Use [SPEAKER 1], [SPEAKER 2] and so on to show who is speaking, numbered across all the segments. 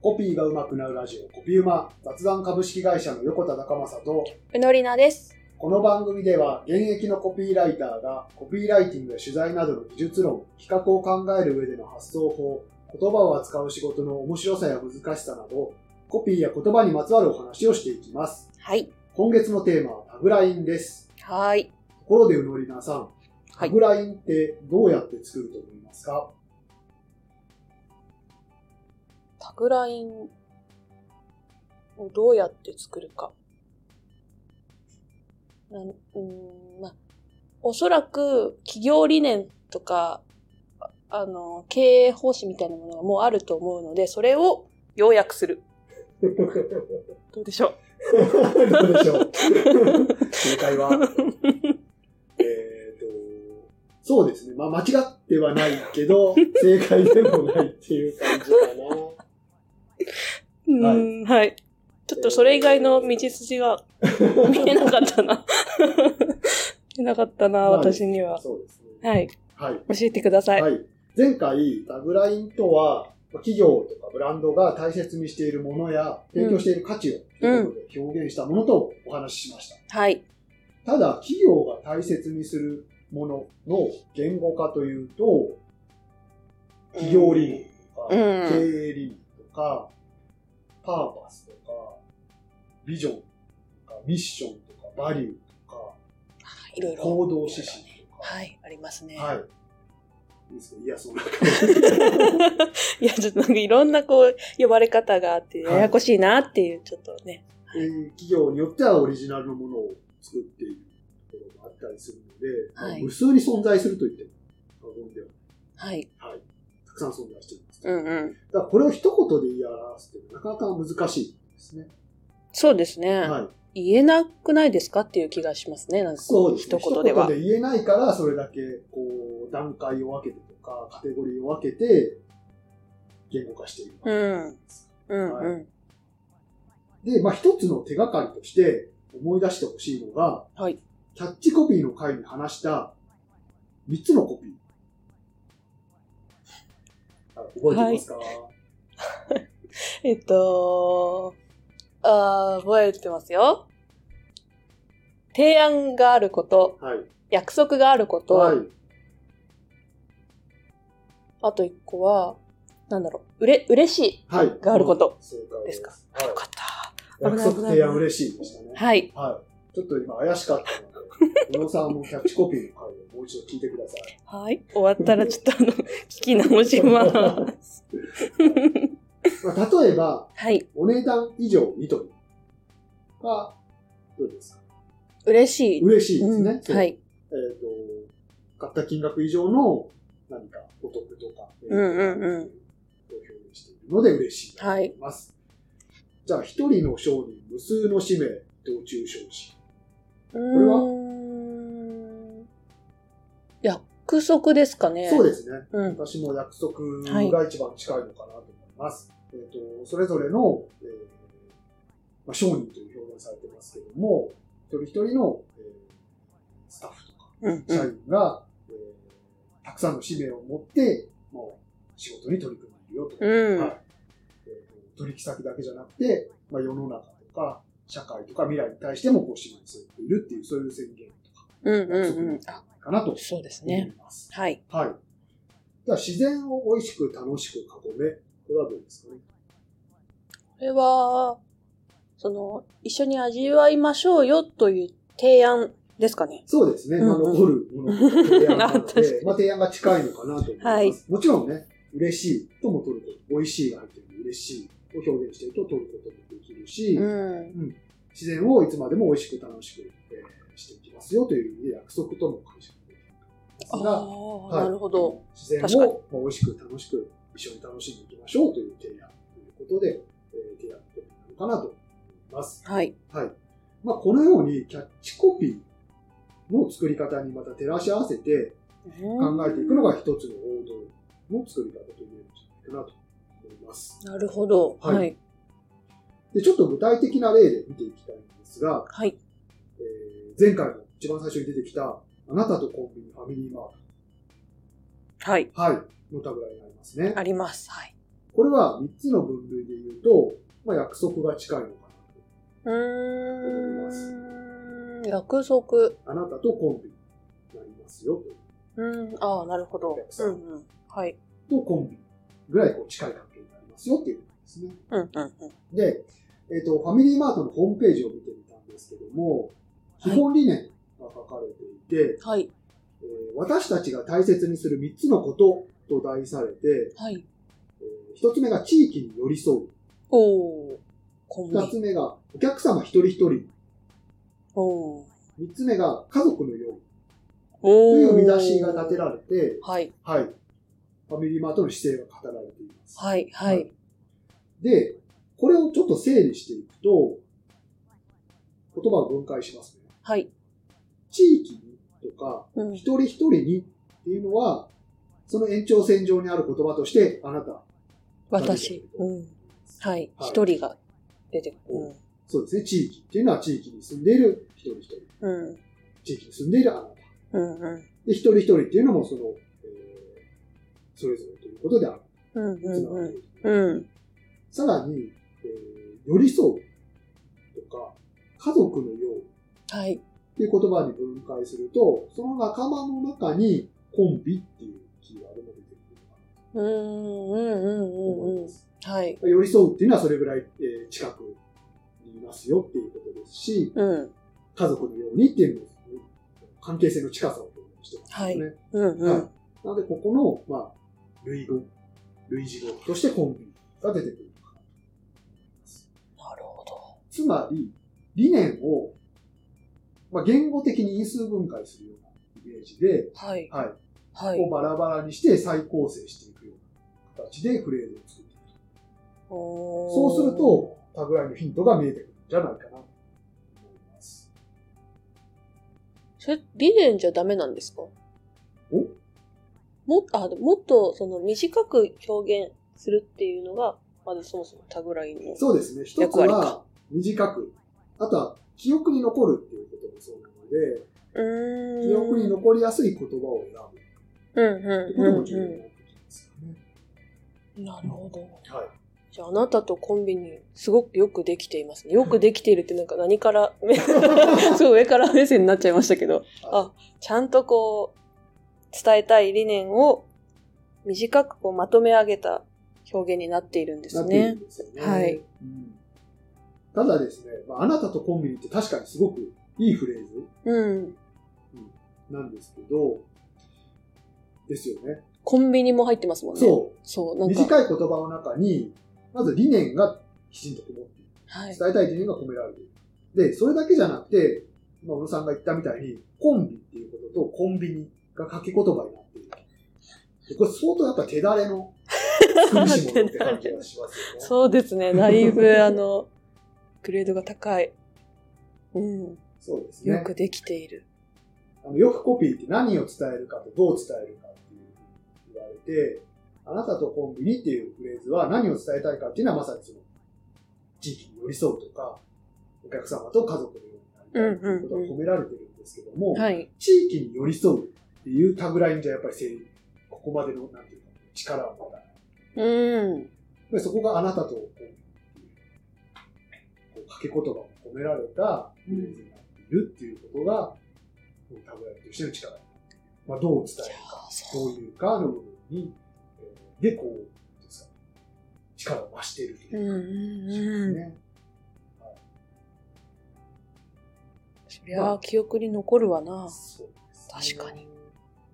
[SPEAKER 1] コピーがうまくなるラジオコピうま雑談株式会社の横田隆正と
[SPEAKER 2] うのりなです。
[SPEAKER 1] この番組では現役のコピーライターがコピーライティングや取材などの技術論、企画を考える上での発想法、言葉を扱う仕事の面白さや難しさなど、コピーや言葉にまつわるお話をしていきます。
[SPEAKER 2] はい。
[SPEAKER 1] 今月のテーマはタグラインです。
[SPEAKER 2] はーい。
[SPEAKER 1] ところでうのりなさん、
[SPEAKER 2] は
[SPEAKER 1] タ
[SPEAKER 2] い
[SPEAKER 1] グラインってどうやって作ると思いますか、
[SPEAKER 2] タグラインをどうやって作るか。なんうーん、まあ、おそらく企業理念とか、ああの、経営方針みたいなものがもうあると思うので、それを要約する。どうでしょ
[SPEAKER 1] どうでしょ う正解は、えっと、そうですね。まあ、間違ってはないけど、正解でもないっていう感じか
[SPEAKER 2] う。うーん、はい。ちょっとそれ以外の道筋 が見えなかったな。 見えなかったな、
[SPEAKER 1] まあ
[SPEAKER 2] 私に
[SPEAKER 1] な。
[SPEAKER 2] は。
[SPEAKER 1] そうですね。
[SPEAKER 2] はい。
[SPEAKER 1] はい。
[SPEAKER 2] 教えてください。
[SPEAKER 1] はい。前回、タグラインとは、まあ企業とかブランドが大切にしているものや、提供している価値を、ということで表現したものとお話ししました。
[SPEAKER 2] はい。
[SPEAKER 1] ただ、企業が大切にするものの言語化というと、企業理念とか、
[SPEAKER 2] うん
[SPEAKER 1] 経営理念とか、パーパスとか、ビジョンとか、ミッションとか、バリューとか、
[SPEAKER 2] いろいろ。
[SPEAKER 1] 行動指針とか。
[SPEAKER 2] はい、ありますね。
[SPEAKER 1] はい。いいですかいや、そんな感
[SPEAKER 2] い、や、ちょっとなんかいろんなこう、呼ばれ方があって、
[SPEAKER 1] はい
[SPEAKER 2] ややこしいなっていう、ちょっとね。
[SPEAKER 1] じ。えー企業によってはオリジナルのものを作っているところがあったりするので、まあ
[SPEAKER 2] はい
[SPEAKER 1] 無数に存在すると言っても過言では
[SPEAKER 2] はい。
[SPEAKER 1] ない。はい。たくさん存在しています。
[SPEAKER 2] うんうん。
[SPEAKER 1] だからこれを一言で言い表すってなかなか難しいですね。
[SPEAKER 2] そうですね。
[SPEAKER 1] はい。
[SPEAKER 2] 言えなくないですかっていう気がしますね、なんかこ
[SPEAKER 1] そう
[SPEAKER 2] う
[SPEAKER 1] ですね。
[SPEAKER 2] 一言では。
[SPEAKER 1] 言えないから、それだけ、こう、段階を分けてとか、カテゴリーを分けて、言語化している。
[SPEAKER 2] うん。うんうん。
[SPEAKER 1] で、まあ、一つの手がかりとして思い出してほしいのが、
[SPEAKER 2] はい。
[SPEAKER 1] キャッチコピーの回に話した3つのコピー。あ覚えてますか、
[SPEAKER 2] えっと、あー覚えてますよ。提案があること、
[SPEAKER 1] はい。
[SPEAKER 2] 約束があること、
[SPEAKER 1] はい。
[SPEAKER 2] あと一個は、なんだろう、うれ、嬉しい。
[SPEAKER 1] はい。
[SPEAKER 2] があること。
[SPEAKER 1] 正解です。
[SPEAKER 2] ですか
[SPEAKER 1] はい
[SPEAKER 2] よ。かった。
[SPEAKER 1] 約束提案嬉しいでしたね。
[SPEAKER 2] はい。
[SPEAKER 1] はい。ちょっと今怪しかったので、 小野さんもキャッチコピーの回をもう一度聞いてください。
[SPEAKER 2] はい。終わったらちょっとあの、聞き直し ます。
[SPEAKER 1] まあ、例えば、
[SPEAKER 2] はい。
[SPEAKER 1] お値段以上ニトリが、どうですか
[SPEAKER 2] 嬉しい。
[SPEAKER 1] 嬉しいですね。
[SPEAKER 2] うん、は。い。
[SPEAKER 1] えっ、と、買った金額以上の何かお得とか、
[SPEAKER 2] うんうんうん
[SPEAKER 1] を表現しているので嬉しいと
[SPEAKER 2] は
[SPEAKER 1] 思
[SPEAKER 2] い。
[SPEAKER 1] います。じゃあ、一人の商人、無数の使命、同中商事。
[SPEAKER 2] こ
[SPEAKER 1] れは
[SPEAKER 2] 約束ですかね。
[SPEAKER 1] そう
[SPEAKER 2] で
[SPEAKER 1] ですね。
[SPEAKER 2] す。うん。
[SPEAKER 1] 私も約束が一番近いのかなと思います。えっ、と、それぞれの、えーまあ、商人という表現されてますけども、一人一人の、えースタッフとか
[SPEAKER 2] うん、う
[SPEAKER 1] 社
[SPEAKER 2] ん。
[SPEAKER 1] 員が、えーたくさんの使命を持って、もう仕事に取り組んでいるよと、
[SPEAKER 2] うん
[SPEAKER 1] はいえーと取引先だけじゃなくて、まあ、世の中とか、社会とか未来に対してもこう使命をされているっていう、そういう宣言
[SPEAKER 2] うん、
[SPEAKER 1] 約
[SPEAKER 2] うん、う
[SPEAKER 1] 束
[SPEAKER 2] ん。あ、
[SPEAKER 1] かなと思
[SPEAKER 2] そうですね。
[SPEAKER 1] います。
[SPEAKER 2] はい。
[SPEAKER 1] はい。じゃあ、自然を美味しく楽しく囲め。これはどうですかね。
[SPEAKER 2] これは、その、一緒に味わいましょうよという提案ですかね。
[SPEAKER 1] そうですね。まあ、
[SPEAKER 2] うんうん
[SPEAKER 1] 残るも のと提案なの
[SPEAKER 2] あ確か
[SPEAKER 1] で
[SPEAKER 2] に、
[SPEAKER 1] まあ、提案が近いのかなと思います。
[SPEAKER 2] はい
[SPEAKER 1] もちろんね、嬉しいとも取ること、美味しいが入ってるので嬉しいを表現してると取ることもできるし、
[SPEAKER 2] うん。
[SPEAKER 1] 自然をいつまでも美味しく楽しく、えーしていきますよという意味で約束とも解釈できる
[SPEAKER 2] あ
[SPEAKER 1] んですが、
[SPEAKER 2] あ、
[SPEAKER 1] はい
[SPEAKER 2] なるほど。
[SPEAKER 1] 自然
[SPEAKER 2] 確かに
[SPEAKER 1] をまあ美味しく楽しく一緒に楽しんでいきましょうという提案ということで、えー提案となるかなと思います。
[SPEAKER 2] はい。
[SPEAKER 1] はい。まあ、このようにキャッチコピーの作り方にまた照らし合わせて考えていくのが一つの王道の作り方と言えるんじゃないかなと思います。
[SPEAKER 2] なるほど。
[SPEAKER 1] はい
[SPEAKER 2] はい。
[SPEAKER 1] で、ちょっと具体的な例で見ていきたいんですが、
[SPEAKER 2] はい。
[SPEAKER 1] えー前回の一番最初に出てきた、あなたとコンビニファミリーマー
[SPEAKER 2] はい。
[SPEAKER 1] ト。はい。のタグラインがありますね。
[SPEAKER 2] あります。はい。
[SPEAKER 1] これは3つの分類で言うと、まあ、約束が近いのか
[SPEAKER 2] うーん。約束。
[SPEAKER 1] な。あなたとコンビになりますよと。
[SPEAKER 2] うん。ああ、なるほど。うんうん。はい。
[SPEAKER 1] とコンビぐらいこう近い関係になりますよっていうことですね。
[SPEAKER 2] うんうんうん。
[SPEAKER 1] で、えっ、と、ファミリーマートのホームページを見てみたんですけども、基本理念が書かれていて、
[SPEAKER 2] はい。
[SPEAKER 1] えー私たちが大切にする3つのことと題されて、
[SPEAKER 2] はい。
[SPEAKER 1] え1つ目が地域に寄り添う。
[SPEAKER 2] おお。コン
[SPEAKER 1] 2
[SPEAKER 2] ビ。
[SPEAKER 1] つ目がお客様一人一人。
[SPEAKER 2] おお。
[SPEAKER 1] 3つ目が家族のように。と
[SPEAKER 2] お
[SPEAKER 1] いう見出しが立てられて、
[SPEAKER 2] はい。
[SPEAKER 1] はい。ファミリーマートの姿勢が語られています。
[SPEAKER 2] はい。はい。
[SPEAKER 1] で、これをちょっと整理していくと、言葉を分解しますね。
[SPEAKER 2] はい。
[SPEAKER 1] 地域にとか、
[SPEAKER 2] うん
[SPEAKER 1] 一。人一人にっていうのは、その延長線上にある言葉として、あなた。
[SPEAKER 2] 私。うん。はい。
[SPEAKER 1] はい
[SPEAKER 2] 一人が出てくる。
[SPEAKER 1] そうですね。地域っていうのは地域に住んでいる一人一人。
[SPEAKER 2] うん。うん。
[SPEAKER 1] 地域に住んでいるあなた。
[SPEAKER 2] うん。うん。
[SPEAKER 1] で、一人一人っていうのもその、えーそれぞれということである。
[SPEAKER 2] うん
[SPEAKER 1] つな
[SPEAKER 2] う
[SPEAKER 1] がってい
[SPEAKER 2] ん
[SPEAKER 1] る
[SPEAKER 2] うん。うん。
[SPEAKER 1] さらに、えー寄り添うとか、家族のよう
[SPEAKER 2] はい。
[SPEAKER 1] っていう言葉に分解すると、その仲間の中にコンビっていうキーワードも出てくるかな
[SPEAKER 2] うんうん
[SPEAKER 1] と
[SPEAKER 2] うん
[SPEAKER 1] 思
[SPEAKER 2] うん
[SPEAKER 1] い
[SPEAKER 2] うん
[SPEAKER 1] ま。す。
[SPEAKER 2] はい。
[SPEAKER 1] 寄り添うっていうのはそれぐらい、えー近くにいますよっていうことですし、
[SPEAKER 2] うん。
[SPEAKER 1] 家族のようにっていうのも、関係性の近さを表現してますよね。
[SPEAKER 2] うんう
[SPEAKER 1] はい
[SPEAKER 2] ん。
[SPEAKER 1] なので、ここの、まあ、類語、類似語としてコンビが出てくるのかな
[SPEAKER 2] なるほど。
[SPEAKER 1] つまり、理念を、まあ、言語的に因数分解するようなイメージで、
[SPEAKER 2] はい。
[SPEAKER 1] はい。
[SPEAKER 2] は
[SPEAKER 1] を
[SPEAKER 2] い。
[SPEAKER 1] バラバラにして再構成していくような形でフレーズを作っていく。そ
[SPEAKER 2] そう
[SPEAKER 1] する、と、タグラインのヒントが見えてくるんじゃないかなと思います。
[SPEAKER 2] それ、理念じゃダメなんですか
[SPEAKER 1] お
[SPEAKER 2] も、あ、でももっと、その、短く表現するっていうのが、まずそもそもタグラインの。
[SPEAKER 1] そうですね。一つ
[SPEAKER 2] 役割
[SPEAKER 1] は
[SPEAKER 2] か
[SPEAKER 1] 短く、あとは記憶に残るっていうこともそうなので、
[SPEAKER 2] うーん。
[SPEAKER 1] 記憶に残りやすい言葉を選ぶ
[SPEAKER 2] うん
[SPEAKER 1] って
[SPEAKER 2] うん
[SPEAKER 1] ことも
[SPEAKER 2] うん
[SPEAKER 1] 重要に
[SPEAKER 2] う
[SPEAKER 1] なってきますよね。
[SPEAKER 2] ん。なるほど。
[SPEAKER 1] はい。
[SPEAKER 2] じゃあ、あなたとコンビニ、すごくよくできていますね。よくできているってなんか何 から、めそう、上から目線になっちゃいましたけど。あ、ちゃんとこう、伝えたい理念を短くこうまとめ上げた表現になっているんで
[SPEAKER 1] な
[SPEAKER 2] す
[SPEAKER 1] っている
[SPEAKER 2] ね
[SPEAKER 1] ん。ですよね。
[SPEAKER 2] はい
[SPEAKER 1] うん。ただですね、まあ、あなたとコンビニって確かにすごくいいフレーズ
[SPEAKER 2] うん。
[SPEAKER 1] なんですけど、ですよね。
[SPEAKER 2] コンビニも入ってますもんね。う。
[SPEAKER 1] そ
[SPEAKER 2] そう、
[SPEAKER 1] う。
[SPEAKER 2] なんか。
[SPEAKER 1] 短い言葉の中に、まず理念がきちんとこもっている。
[SPEAKER 2] はい。
[SPEAKER 1] 伝えたい理念が込められている。で、それだけじゃなくて、今、小野さんが言ったみたいに、コンビっていうこととコンビニが掛け言葉になっている。でこれ相当やっぱ手だれの作りし物って感じがし ますよね。
[SPEAKER 2] そうですね。だい ぶ、あの、グレードが高い。うん。
[SPEAKER 1] そうですね。
[SPEAKER 2] よくできている。
[SPEAKER 1] あのよくコピーって何を伝えるかとどう伝えるかっていうふうに言われて、あなたとコンビニっていうフレーズは何を伝えたいかっていうのはまさにその地域に寄り添うとか、お客様と家族のようになりたいということが込められてるんですけども、
[SPEAKER 2] はい。
[SPEAKER 1] 地域に寄り添うっていうタグラインじゃやっぱり成立ここまでの、なんていうか、力はまだない。
[SPEAKER 2] うん。
[SPEAKER 1] でそこがあなたとコンビニっていう、こう掛け言葉を込められたフレーズになっているっていうことが、このタグラインとしての力になっている。まあ、どう伝えるか、
[SPEAKER 2] そ。
[SPEAKER 1] どういうかの部分に、えーで、こう、なんですか力を増しているという
[SPEAKER 2] う
[SPEAKER 1] うんか、
[SPEAKER 2] うんうん。
[SPEAKER 1] ね。
[SPEAKER 2] そりゃあ、記憶に残るわな。
[SPEAKER 1] そうですね
[SPEAKER 2] 確かに。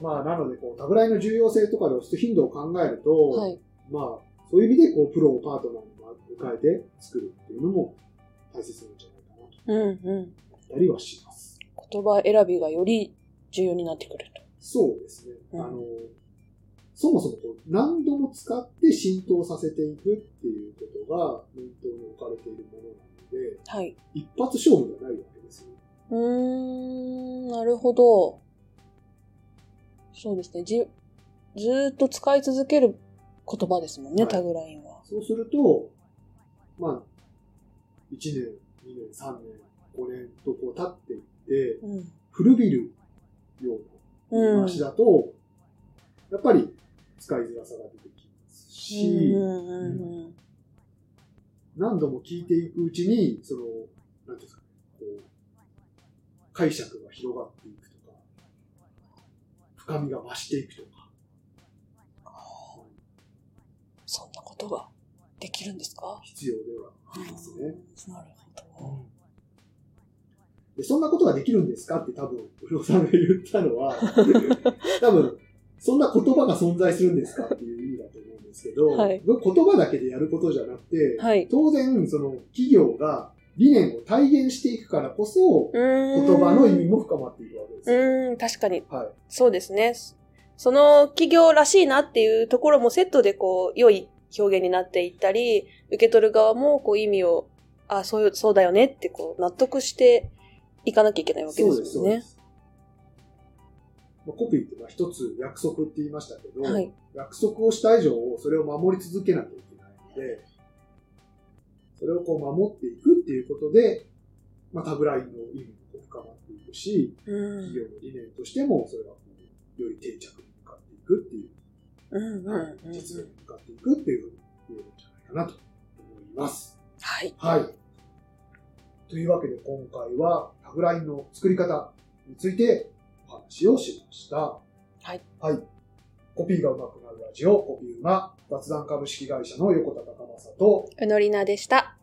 [SPEAKER 1] まあ、なので、こう、タグラインの重要性とか露出頻度を考えると、
[SPEAKER 2] はい。
[SPEAKER 1] まあ、そういう意味で、こう、プロをパートナーに迎えて作るっていうのも大切なんじゃないかなと
[SPEAKER 2] うんうん。
[SPEAKER 1] 思ったりはします。
[SPEAKER 2] 言葉選びがより重要になってくると。
[SPEAKER 1] そうですね。
[SPEAKER 2] うん
[SPEAKER 1] あの、そもそもこう何度も使って浸透させていくっていうことが念頭に置かれているものなので、
[SPEAKER 2] はい。
[SPEAKER 1] 一発勝負ではないわけですよね。
[SPEAKER 2] うーん、なるほど。そうですね。じずーっと使い続ける言葉ですもんね、
[SPEAKER 1] はい
[SPEAKER 2] タグラインは。
[SPEAKER 1] そうすると、まあ、1年、2年、3年、5年とこう経っていって、
[SPEAKER 2] うん。
[SPEAKER 1] 古びるような
[SPEAKER 2] うん。
[SPEAKER 1] 話だと、やっぱり使いづらさが出てきますし、
[SPEAKER 2] うんうんうん
[SPEAKER 1] 何度も聞いていくうちに、その、なんていうんですか、こう、解釈が広がっていくとか、深みが増していくとか、
[SPEAKER 2] そんなことができるんですか
[SPEAKER 1] 必要ではありますね。
[SPEAKER 2] なるほ
[SPEAKER 1] でそんなことができるんですかって多分、うろさんが言ったの は、多分、そんな言葉が存在するんですかっていう意味だと思うんですけど、
[SPEAKER 2] はい
[SPEAKER 1] 僕言葉だけでやることじゃなくて、
[SPEAKER 2] ど。はい。
[SPEAKER 1] 当然、その企業が理念を体現していくからこそ、言葉の意味も深まっていくわけですよ。
[SPEAKER 2] うん、確かに。
[SPEAKER 1] はい。
[SPEAKER 2] そうですね。その企業らしいなっていうところもセットでこう、良い表現になっていったり、受け取る側もこう意味を、あ、そういう、そうだよねってこう、納得していかなきゃいけないわけですよ
[SPEAKER 1] そうで
[SPEAKER 2] ね。
[SPEAKER 1] す。まあコピーってまあ一つ約束って言いましたけど、
[SPEAKER 2] はい。
[SPEAKER 1] 約束をした以上、それを守り続けなきゃいけないので、それをこう守っていくっていうことで、まあ、タグラインの意味も深まっていくし、
[SPEAKER 2] う
[SPEAKER 1] 企
[SPEAKER 2] ん。
[SPEAKER 1] 業の理念としても、それがこうより定着に向かっていくっていう、
[SPEAKER 2] うんうんうん。
[SPEAKER 1] 実現に向かっていくっていうふうに言えるんじゃないかなと思います。
[SPEAKER 2] はい。
[SPEAKER 1] はい。というわけで今回はタグラインの作り方についてお話をしました。
[SPEAKER 2] はい。
[SPEAKER 1] はい。コピーがうまくなるラジオ、コピーうま、雑談株式会社の横田隆正と、
[SPEAKER 2] うのりなでした。